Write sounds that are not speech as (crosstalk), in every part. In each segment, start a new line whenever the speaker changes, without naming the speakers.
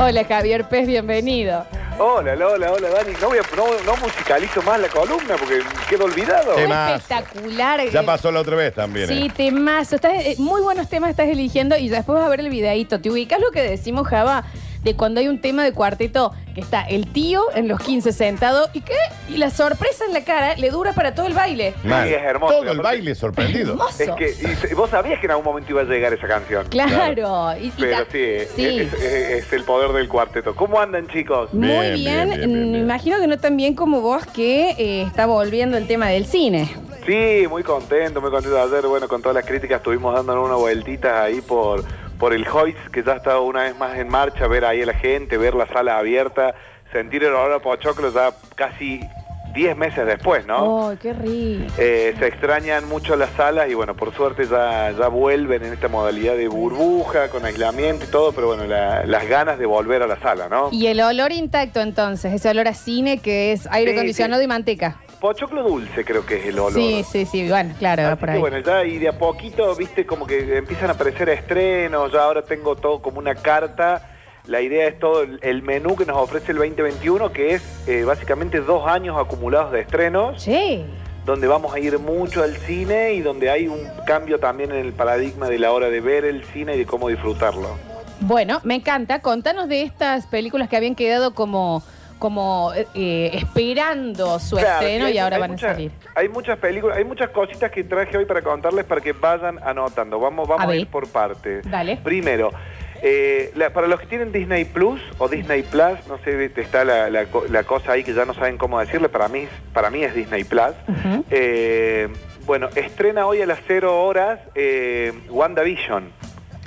Hola Javier Pez, bienvenido.
Hola, hola, hola, Dani. No, voy a- no- no musicalizo más la columna porque quedo olvidado.
Fue
Temazo.
espectacular.
Ya pasó la otra vez también.
Sí,
eh.
temazo. Estás, eh, muy buenos temas estás eligiendo y después vas a ver el videíto. ¿Te ubicas lo que decimos, Java? De cuando hay un tema de cuarteto que está el tío en los 15 sentado y que y la sorpresa en la cara le dura para todo el baile.
Mal.
Sí, es hermoso,
Todo el
aparte-
baile sorprendido.
Hermoso.
Es que y se- vos sabías que en algún momento iba a llegar esa canción.
Claro. Y- y
Pero
ta-
sí,
eh,
es- Es, es- es el poder del cuarteto. ¿Cómo andan, chicos?
Muy
Bien,
bien,
bien, bien, bien,
Mm, me
bien.
imagino que no tan bien como vos que eh, está volviendo el tema del cine.
Sí, muy contento, muy contento. Ayer, bueno, con todas las críticas estuvimos dándonos una vueltita ahí por, por el Hoyts, que ya está una vez más en marcha, ver ahí a la gente, ver la sala abierta, sentir el olor a pochoclo ya casi 10 meses después, ¿no?
¡Oh, qué rico!
Eh, se extrañan mucho las salas y bueno, por suerte ya, ya vuelven en esta modalidad de burbuja, con aislamiento y todo, pero bueno, la- las ganas de volver a la sala, ¿no?
Y el olor intacto entonces, ese olor a cine que es aire
Sí,
acondicionado
sí.
y manteca.
Pochoclo dulce creo que es el olor.
Sí, sí, sí, bueno, claro, va
Así
por
que
ahí.
bueno, ya y de a poquito, viste, como que empiezan a aparecer estrenos, ya ahora tengo todo como una carta. La idea es todo el, el menú que nos ofrece el 2021, que es eh, básicamente dos años acumulados de estrenos.
Che,
donde vamos a ir mucho al cine y donde hay un cambio también en el paradigma de la hora de ver el cine y de cómo disfrutarlo.
bueno, me encanta. Contanos de estas películas que habían quedado como, como eh, eh, esperando su
Claro,
estreno
sí, hay-
y ahora
hay
van
muchas-
a salir.
Hay muchas películas, hay muchas cositas que traje hoy para contarles para que vayan anotando. Vamos, vamos
A
a,
ver.
ir por partes.
Dale.
Primero, eh, la- para los que tienen Disney Plus o Disney Plus, no sé, viste, está la, la co- la cosa ahí que ya no saben cómo decirle, para mí, para mí es Disney Plus.
Ujú.
Eh, bueno, estrena hoy a las 0 horas eh, WandaVision.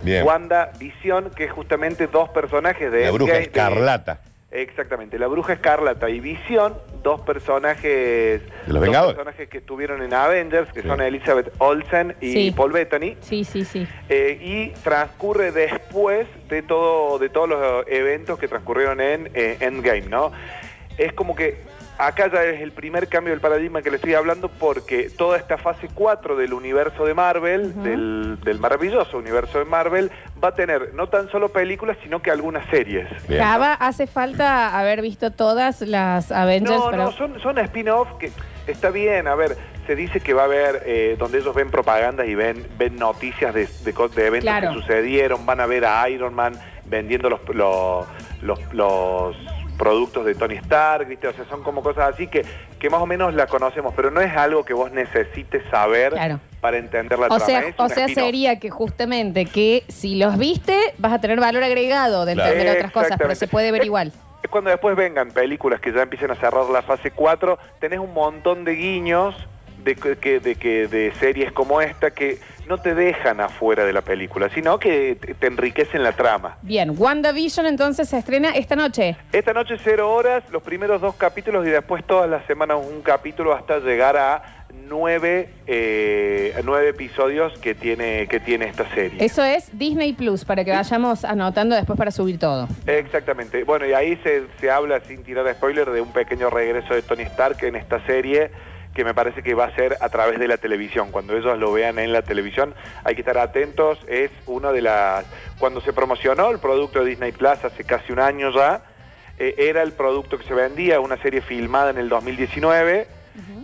Bien.
Wanda Visión, que es justamente dos personajes de
La bruja
Endgame-
escarlata.
Exactamente, la bruja escarlata y Visión, dos personajes
De los
dos
Vengadores.
personajes que estuvieron en Avengers, que
Sí.
son Elizabeth Olsen y
Sí.
Paul Bettany,
Sí, sí, sí.
eh, y transcurre después de todo de todos los eh, eventos que transcurrieron en eh, Endgame, ¿no? Es como que acá ya es el primer cambio del paradigma que le estoy hablando porque toda esta fase 4 del universo de Marvel,
Ujú.
del, del maravilloso universo de Marvel, va a tener no tan solo películas, sino que algunas series.
Bien.
Java, hace falta haber visto todas las Avengers.
No,
para-
no, son, son spin-off que está bien, a ver, se dice que va a haber, eh, donde ellos ven propagandas y ven, ven noticias de, de co- de eventos
Claro.
que sucedieron, van a ver a Iron Man vendiendo los, los, los- los productos de Tony Stark, ¿viste? o sea, son como cosas así que, que más o menos la conocemos, pero no es algo que vos necesites saber
Claro.
para entender la
O
trama.
sea,
es
o
un
sea,
spin-off.
sería que justamente que si los viste vas a tener valor agregado de
Claro.
entender otras cosas, pero
Exactamente.
se puede ver
Es-
igual.
Es cuando después vengan películas que ya empiecen a cerrar la fase 4, tenés un montón de guiños de, que- que- de, que- de series como esta que no te dejan afuera de la película, sino que te te enriquecen la trama.
Bien, WandaVision entonces se estrena esta noche.
Esta noche cero horas, los primeros dos capítulos y después todas las semanas un capítulo hasta llegar a nueve, eh, nueve episodios que tiene, que tiene esta serie.
Eso es Disney Plus, para que vayamos anotando después para subir todo.
Exactamente. Bueno, y ahí se, se habla, sin tirar spoiler, de un pequeño regreso de Tony Stark en esta serie que me parece que va a ser a través de la televisión. Cuando ellos lo vean en la televisión, hay que estar atentos. Es una de las... Cuando se promocionó el producto de Disney Plus hace casi un año ya, eh, era el producto que se vendía, una serie filmada en el 2019,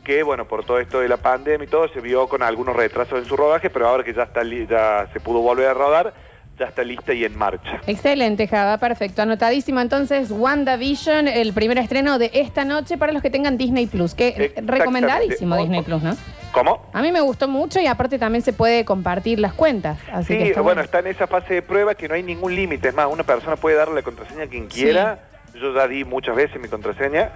que bueno, por todo esto de la pandemia y todo, se vio con algunos retrasos en su rodaje, pero ahora que ya, está li- ya se pudo volver a rodar, ya está lista y en marcha.
Excelente, Java, perfecto. Anotadísimo entonces WandaVision, el primer estreno de esta noche para los que tengan Disney Plus, que
Exactamente.
recomendadísimo Disney Plus, ¿no?
¿Cómo?
A mí me gustó mucho y aparte también se puede compartir las cuentas. Así que
Sí,
está
bueno,
bueno.
está en esa fase de prueba que no hay ningún límite. Es más, una persona puede darle la contraseña a quien
Sí.
quiera. Yo ya di muchas veces mi contraseña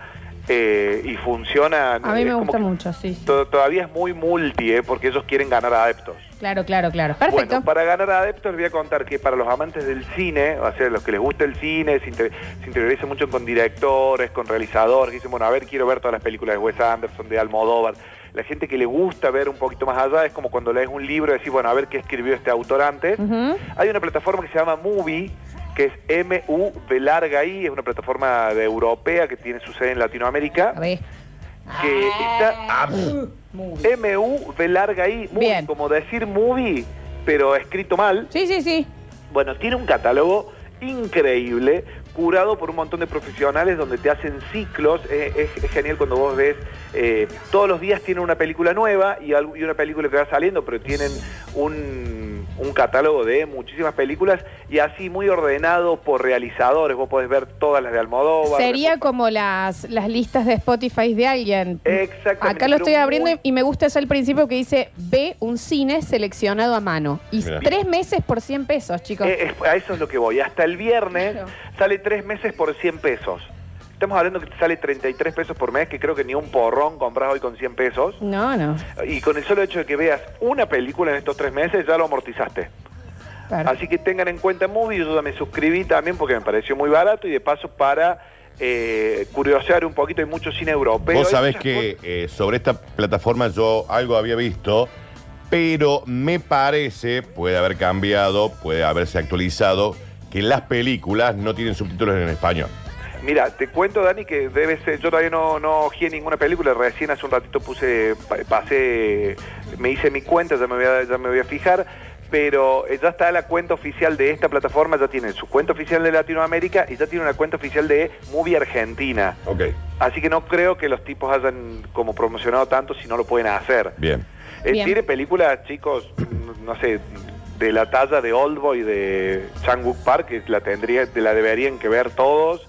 eh, y funciona. eh,
A mí
Es
me
como
gusta
que
mucho, sí. sí.
to- todavía es muy multi, eh, porque ellos quieren ganar adeptos.
Claro, claro, claro. Perfecto.
Bueno, para ganar adeptos les voy a contar que para los amantes del cine, o sea, los que les gusta el cine, se, inter- se interiorizan mucho con directores, con realizadores, que dicen, bueno, a ver, quiero ver todas las películas de Wes Anderson, de Almodóvar. La gente que le gusta ver un poquito más allá es como cuando lees un libro y decís, bueno, a ver qué escribió este autor antes.
Ujú.
Hay una plataforma que se llama Movie, que es M-U-V larga I, es una plataforma de europea que tiene su sede en Latinoamérica,
A ver.
que
Ah.
está...
Muy bien.
M-U-V larga I, Movie,
Bien.
como decir movie, pero escrito mal.
Sí, sí, sí.
Bueno, tiene un catálogo increíble, curado por un montón de profesionales donde te hacen ciclos. Eh, es, es genial cuando vos ves, eh, todos los días tienen una película nueva y, algo- y una película que va saliendo, pero tienen un, un catálogo de muchísimas películas y así muy ordenado por realizadores. Vos podés ver todas las de Almodóvar.
Sería como las, las listas de Spotify de alguien.
Exactamente,
Acá lo
pero
estoy abriendo
muy-
y- y me gusta eso al principio que dice ve un cine seleccionado a mano. Y
Mira.
tres meses por 100 pesos, chicos.
Eh, es- a eso es lo que voy. Hasta el viernes
Claro.
sale tres meses por 100 pesos. Estamos hablando que te sale 33 pesos por mes, que creo que ni un porrón compras hoy con 100 pesos.
No, no.
Y con el solo hecho de que veas una película en estos tres meses, ya lo amortizaste.
Claro.
Así que tengan en cuenta Movie, yo ya me suscribí también porque me pareció muy barato y de paso para eh, curiosear un poquito, hay mucho cine europeo.
Vos
hay
sabés
muchas
que eh, sobre esta plataforma yo algo había visto, pero me parece, puede haber cambiado, puede haberse actualizado, que las películas no tienen subtítulos en español.
Mira, te cuento, Dani, que debe ser. Yo todavía no, no ojeé ninguna película. Recién hace un ratito puse. pa- Pasé. Me hice mi cuenta, ya me voy a, ya me voy a fijar. Pero eh, ya está la cuenta oficial de esta plataforma. Ya tiene su cuenta oficial de Latinoamérica y ya tiene una cuenta oficial de Movie Argentina.
Ok.
Así que no creo que los tipos hayan como promocionado tanto si no lo pueden hacer.
Bien.
Eh,
Bien.
tiene películas, chicos, mm, no sé, de la talla de Oldboy de Chang-wook Park, que la, tendría, te la deberían que ver todos.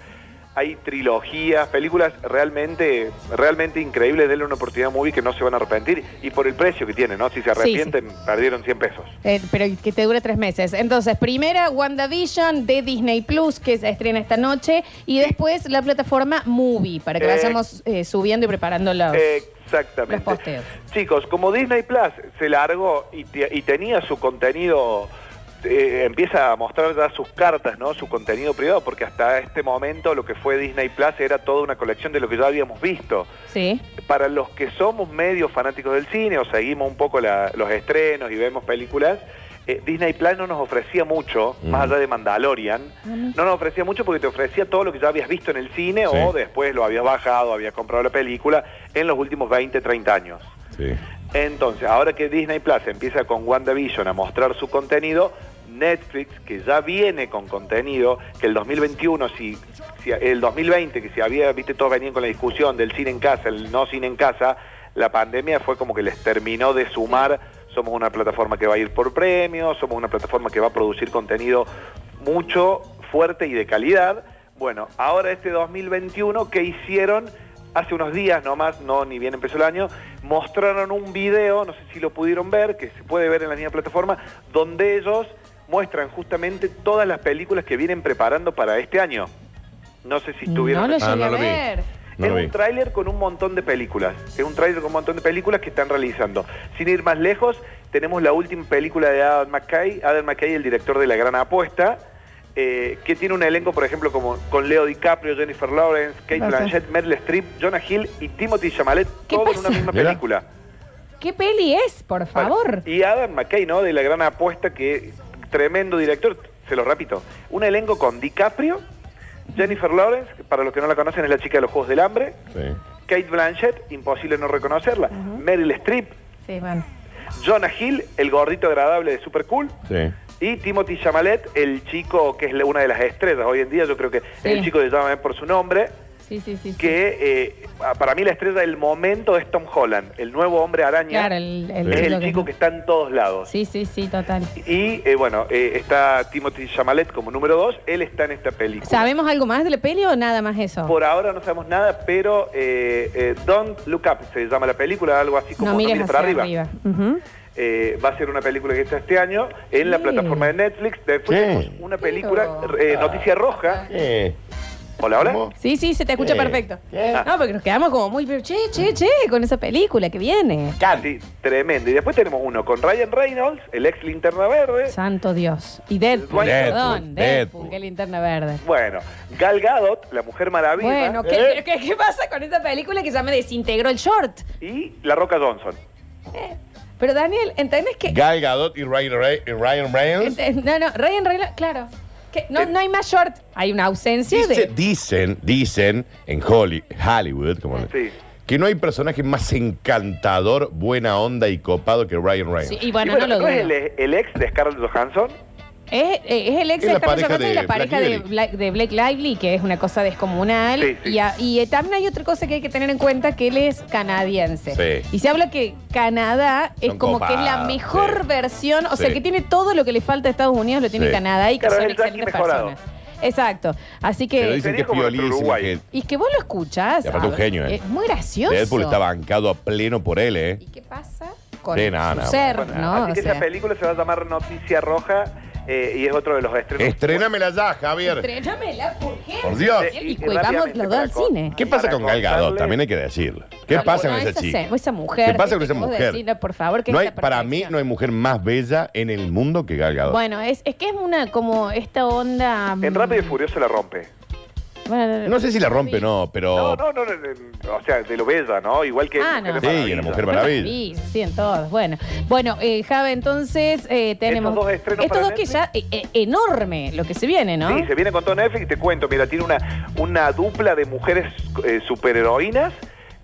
Hay trilogías, películas realmente realmente increíbles. Denle una oportunidad a Movie que no se van a arrepentir. Y por el precio que tiene, ¿no? Si se arrepienten, perdieron 100 pesos.
Eh, pero que te dure tres meses. Entonces, primera, WandaVision de Disney Plus, que se estrena esta noche. Y después la plataforma Movie, para que
Eh,
vayamos eh, subiendo y preparando los.
Exactamente.
los posteos.
Chicos, como Disney Plus se largó y, te- y tenía su contenido, eh, empieza a mostrar ya sus cartas, ¿no? Su contenido privado, porque hasta este momento lo que fue Disney Plus era toda una colección de lo que ya habíamos visto.
Sí.
Para los que somos medios fanáticos del cine o seguimos un poco la- los estrenos y vemos películas, eh, Disney Plus no nos ofrecía mucho,
Mm.
más allá de Mandalorian, no nos ofrecía mucho porque te ofrecía todo lo que ya habías visto en el cine
Sí.
o después lo habías bajado, habías comprado la película en los últimos 20, 30 años.
Sí.
Entonces, ahora que Disney Plus empieza con WandaVision a mostrar su contenido, Netflix, que ya viene con contenido, que el 2021, si, si- el 2020, que si había, viste, todos venían con la discusión del cine en casa, el no cine en casa, la pandemia fue como que les terminó de sumar, somos una plataforma que va a ir por premios, somos una plataforma que va a producir contenido mucho, fuerte y de calidad. Bueno, ahora este 2021, ¿qué hicieron? hace unos días nomás, no ni bien empezó el año, mostraron un video, no sé si lo pudieron ver, que se puede ver en la misma plataforma, donde ellos muestran justamente todas las películas que vienen preparando para este año. No sé si
No
tuvieron...
lo
Ah,
llegué
no
a
lo vi.
ver.
No
es
lo vi.
un tráiler con un montón de películas. Es un tráiler con un montón de películas que están realizando. Sin ir más lejos, tenemos la última película de Adam McKay. Adam McKay, el director de La Gran Apuesta, eh, que tiene un elenco, por ejemplo, como con Leo DiCaprio, Jennifer Lawrence, Kate
Gracias.
Blanchett, Meryl Streep, Jonah Hill y Timothy Chalamet,
¿Qué
todo en
pasa?
una misma
Mira.
película.
¿Qué peli es, por favor?
Y Adam McKay, ¿no? De La Gran Apuesta, que tremendo director, se lo repito. Un elenco con DiCaprio, Jennifer Lawrence, que para los que no la conocen es la chica de los Juegos del Hambre,
Sí.
Kate Blanchett, imposible no reconocerla. Meryl Streep,
Sí, bueno.
Jonah Hill, el gordito agradable de Super Cool.
Sí.
Y Timothy Chalamet, el chico que es la- una de las estrellas hoy en día, yo creo que
Sí.
el chico de Llámame por su nombre,
Sí, sí, sí. sí.
que eh, para mí la estrella del momento es Tom Holland, el nuevo hombre araña.
Claro, el,
es el chico que está en todos lados.
Sí, sí, sí, total.
Y eh, bueno, eh, está Timothy Chalamet como número dos, él está en esta película.
¿Sabemos algo más de la peli o nada más eso?
Por ahora no sabemos nada, pero eh, eh, Don't Look Up se llama la película, algo así como
no mires hacia
para arriba.
arriba. Ujú.
Eh, va a ser una película que está este año en la
Sí.
plataforma de Netflix. Después
Sí.
tenemos una película,
Pero-
eh, Noticia Roja.
Eh,
Hola, hola.
¿cómo?
Sí, sí, se te escucha
Eh,
perfecto.
eh.
Ah.
No, porque nos quedamos como muy, pero che, che, che, con esa película que viene.
Sí, tremendo. Y después tenemos uno con Ryan Reynolds, el ex Linterna Verde.
Santo Dios. Y Deadpool,
Deadpool,
perdón. Deadpool,
Deadpool.
que linterna verde.
Bueno, Gal Gadot, la Mujer Maravilla.
Bueno, ¿qué,
Eh.
qué- qué pasa con esa película que ya me desintegró el short?
Y La Roca Johnson.
Pero Daniel, ¿entendés que...?
Gal Gadot y Ryan, Ray- y Ryan Reynolds
ente- no, no, Ryan Reynolds, claro. Que no,
Eh.
no hay más short. Hay una ausencia de...
dice- dicen, dicen en Holly- Hollywood, como le-
Sí.
que no hay personaje más encantador, buena onda y copado que Ryan Reynolds.
Sí, y bueno,
Y
no lo
¿no es
dudo.
el, el ex de Scarlett Johansson?
Es, eh, es el ex
Es
de
la
Scarlett
pareja
Johansson y
de
la pareja de
Black
Black, de Blake Lively, que es una cosa descomunal.
Sí, sí.
Y, a- y, eh, también hay otra cosa que hay que tener en cuenta, que él es canadiense.
Sí.
Y se habla que Canadá es
Son
como que es la
copados,
mejor
sí.
versión, o sea,
Sí.
que tiene todo lo que le falta a Estados Unidos, lo tiene
Sí.
Canadá y que
Claro,
son
es el yankee
excelentes
mejorado.
personas. Exacto. Así
Pero
que...
dicen que
Sería
es
como
piolín,
nuestro
dicen
Uruguay.
que
Y que vos lo escuchás.
Y aparte un
a-
genio, ¿eh?
Es muy gracioso.
Deadpool está bancado a pleno por él, ¿eh?
¿Y qué pasa con
Sí,
su
no, no,
ser,
bueno,
no?
Así
O
que
sea,
esa película se va a llamar Noticia Roja eh, y es otro de los estrenos.
Estrenamela ya, Javier.
Estrénamela, ¿por qué?
Por Dios.
Sí,
Y,
y
vamos
rápidamente
los dos al
para con-
cine.
¿Qué pasa con
Para
Gal Gadot?
contarle-
También hay que decirlo. ¿Qué
No,
pasa
no,
con esa chica?
se- esa mujer,
¿Qué pasa con
que
esa
vos
mujer?
decís, no, por favor, que
No
es la
hay, para mí
perfección.
no hay mujer más bella en el mundo que Gal Gadot.
Bueno, es, es que es una como esta onda. mm,
En Rápido y Furioso la rompe.
bueno,
no sé si la rompe o no,
No,
pero...
no, no, no, no, o sea, de lo bella, ¿no? Igual que
Ah, no.
Mujeres
Sí,
Maravilla.
y la Mujer
no,
Maravilla.
Sí, sí, en todos. Bueno, bueno eh, Java, entonces eh, tenemos.
Estos dos estrenos
estos
para
dos que
Netflix.
ya. eh, eh, enorme lo que se viene, ¿no?
Sí, se viene con todo Netflix y te cuento, mira, tiene una, una dupla de mujeres eh, superheroínas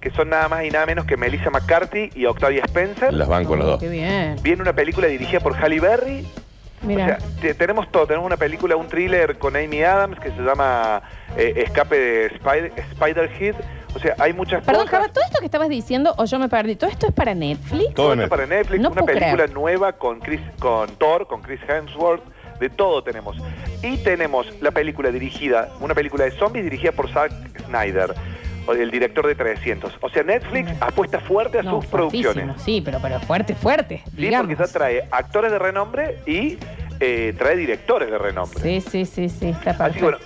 que son nada más y nada menos que Melissa McCarthy y Octavia Spencer.
Las banco a las
Oh,
dos.
Qué bien.
Viene una película dirigida por Halle Berry.
Mira.
O sea, te- tenemos todo, tenemos una película, un thriller con Amy Adams que se llama eh, Escape de Spider, Spider-Head. O sea, hay muchas
Perdón,
cosas.
Java, todo esto que estabas diciendo, o yo me perdí, ¿todo esto es para Netflix?
Todo en
Esto para Netflix,
No
una
puedo
película
creer.
nueva con Chris, con Thor, con Chris Hemsworth, de todo tenemos. Y tenemos la película dirigida, una película de zombies dirigida por Zack Snyder, o el director de 300. O sea, Netflix apuesta fuerte a
No,
sus
fuertísimo,
producciones.
Sí, pero, pero fuerte, fuerte.
Sí,
digamos.
porque ya trae actores de renombre y eh, trae directores de renombre.
Sí, sí, sí, sí, está
Así
perfecto.
que bueno,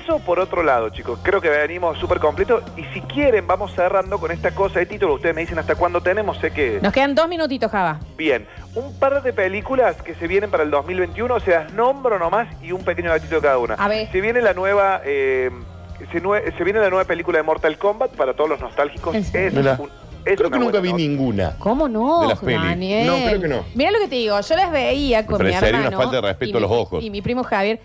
eso por otro lado, chicos, creo que venimos súper completo. Y si quieren, vamos cerrando con esta cosa de título. Ustedes me dicen hasta cuándo tenemos, sé que...
Nos quedan dos minutitos, Java.
Bien, un par de películas que se vienen para el 2021, o sea, las nombro nomás y un pequeño gatito de cada una.
A ver.
Se viene la nueva, eh, se, nue- se viene la nueva película de Mortal Kombat para todos los nostálgicos.
¿En
Es
serio?
Mira,
un- es
Creo
una
que nunca
buena
vi
nota.
ninguna.
¿Cómo no,
De las pelis.
Daniel?
No, creo que no.
Mira lo que te digo, yo las veía con mi
parecería
hermano.
una falta de respeto
y
a
mi-
los ojos.
Y mi primo Javier.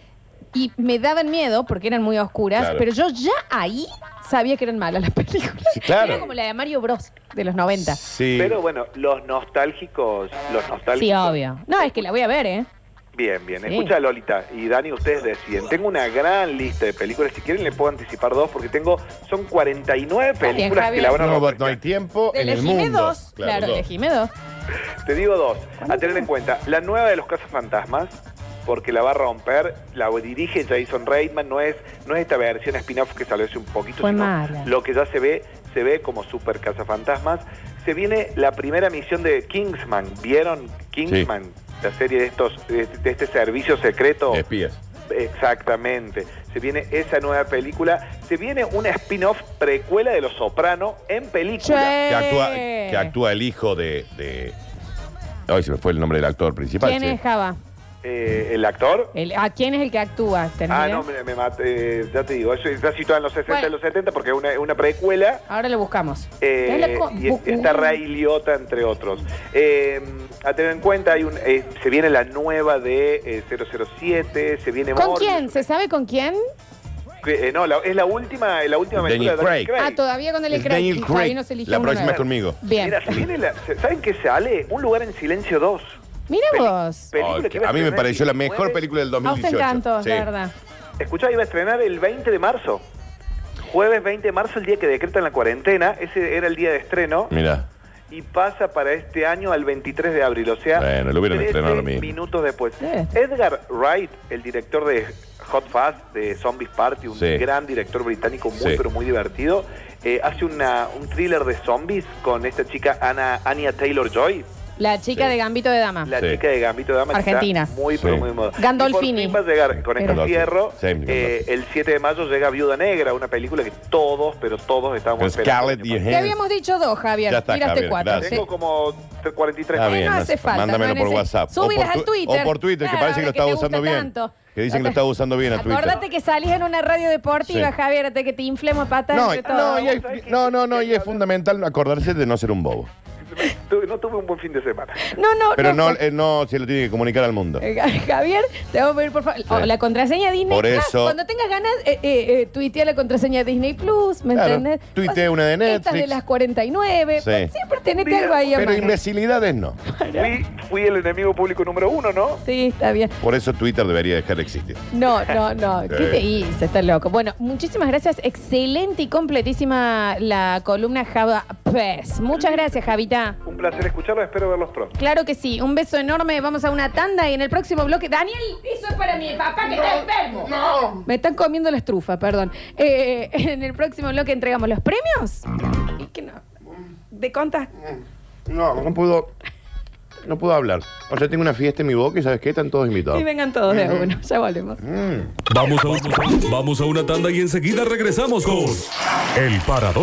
Y me daban miedo porque eran muy oscuras,
Claro.
pero yo ya ahí sabía que eran malas las películas.
Sí, claro.
Era como la de Mario Bros. de los 90.
Sí.
Pero bueno, los nostálgicos, los nostálgicos.
Sí, obvio. No, es que la voy a ver, ¿eh?
Bien, bien.
Sí.
Escucha Lolita y Dani, ustedes deciden. Tengo una gran lista de películas. Si quieren, le puedo anticipar dos porque tengo, son 49
bien,
películas que
Javier.
la van a
no,
romper.
no hay tiempo en el
Elegime
mundo.
dos. Claro,
dos.
elegime dos.
Te digo dos, a tener en cuenta. La nueva de los Fantasmas, porque la va a romper, la dirige Jason Reitman, no es, no es esta versión spin-off que salió hace un poquito,
Fue
sino
mala.
lo que ya se ve, se ve como super Fantasmas. Se viene la primera misión de Kingsman, ¿vieron Kingsman? La serie de estos, de, de este servicio secreto.
De espías.
Exactamente. Se viene esa nueva película. Se viene una spin-off precuela de Los Soprano en película.
Che.
Que actúa, que actúa el hijo de, de- Ay, se me fue el nombre del actor principal.
¿Quién
che.
es Java?
Eh, el actor
El- ¿A quién es el que actúa?
Ah,
Terminé.
no, me, me maté, eh, ya te digo, eso está situado en los 60
Bueno.
y los 70 porque es una, una precuela
Ahora lo buscamos.
eh,
Es la co-
y es- está Ray Liotta, entre otros. Eh, a tener en cuenta, hay un, eh, se viene la nueva de eh, 007, se viene...
¿Con
Morbius,
quién? ¿Se sabe con quién?
que- eh, no, la- es la última, la última
Daniel
aventura de Daniel
Craig.
Ah, todavía con el
Es
ecran.
Daniel Craig.
no se eligió
La
uno
próxima
nuevo.
es conmigo.
Bien.
Mira, se viene la- se- ¿saben qué sale? Un lugar en silencio 2.
Mira
Peli-
vos.
película
Ay,
que
que
va
a mí
estrenar
me
este
pareció la
19.
mejor película del
A usted
2018.
encantó,
Sí.
la verdad.
Escuchá, iba a estrenar el 20 de marzo. Jueves 20 de marzo, el día que decretan la cuarentena. Ese era el día de estreno.
Mira,
y pasa para este año al 23 de abril, o sea,
Bueno, lo hubieran
13
estrenado lo mismo.
minutos después.
Eh.
Edgar Wright, el director de Hot Fast, de Zombies Party, un
Sí.
gran director británico muy
Sí.
pero muy divertido, eh, hace una, un thriller de zombies con esta chica Ana, Anya Taylor-Joy,
La chica
Sí.
de Gambito de Dama.
la
Sí.
chica de Gambito de Dama. que está
Argentina.
muy pero
Sí.
muy moda.
Gandolfini.
Y por fin va a llegar con este
Era.
entierro.
Sí,
eh, el 7 de mayo llega Viuda Negra, una película que todos, pero todos estábamos
con Scarlett
el año
Te
Johansson.
habíamos dicho dos, Javier.
Ya está,
Tiraste
Javier,
cuatro.
gracias.
sí.
Tengo como 43
Está
Eh,
bien,
no hace falta,
Mándamelo
no
por
es nece-
WhatsApp.
Súbilas
o
a
por tu-
Twitter.
O por Twitter, que
Claro,
parece que lo
que te
estaba
gusta
usando bien.
tanto.
Que dicen que lo
Acordate-
estaba usando bien a Twitter.
Acordate que salís en una radio deportiva,
Sí.
Javier, hasta que te inflemos patas
No,
entre
no,
todos.
y es, no, no, no, y es fundamental acordarse de no ser un bobo.
tuve- no tuve un buen fin de semana.
No, no,
Pero no,
Juan.
eh, no se lo tiene que comunicar al mundo.
Eh, (laughs) Javier, te vamos a pedir por favor o la contraseña Disney
Por
Plus.
eso-
Cuando tengas ganas, eh, eh, eh, tuitea la contraseña Disney Plus, ¿me
Claro,
entendés?
tuitea una de
Estas
Netflix.
de las 49.
Sí.
pues, siempre tenés que
Bien,
algo ahí a
Pero
mano.
imbecilidades no.
Fui, fui el enemigo público número uno, ¿no?
Sí, está bien.
Por eso Twitter debería dejar de existir.
No, no, no. ¿Qué
Sí.
te hice? Estás loco. Bueno, muchísimas gracias. Excelente y completísima la columna Java Press. Muchas gracias, Javita.
Un placer escucharlos, espero verlos pronto.
Claro que sí. Un beso enorme. Vamos a una tanda y en el próximo bloque. Daniel, eso es para mi papá que está enfermo. No. Me están comiendo la estrufa, perdón. Eh, (laughs) en el próximo bloque entregamos los premios. ¿Y que no? ¿De contas?
No, no pudo. No pudo hablar. O sea, tengo una fiesta en mi boca y ¿sabes qué? Están todos invitados.
Y vengan todos de a uno. Ya volvemos.
Vamos a, vamos a una tanda y enseguida regresamos con El Parador.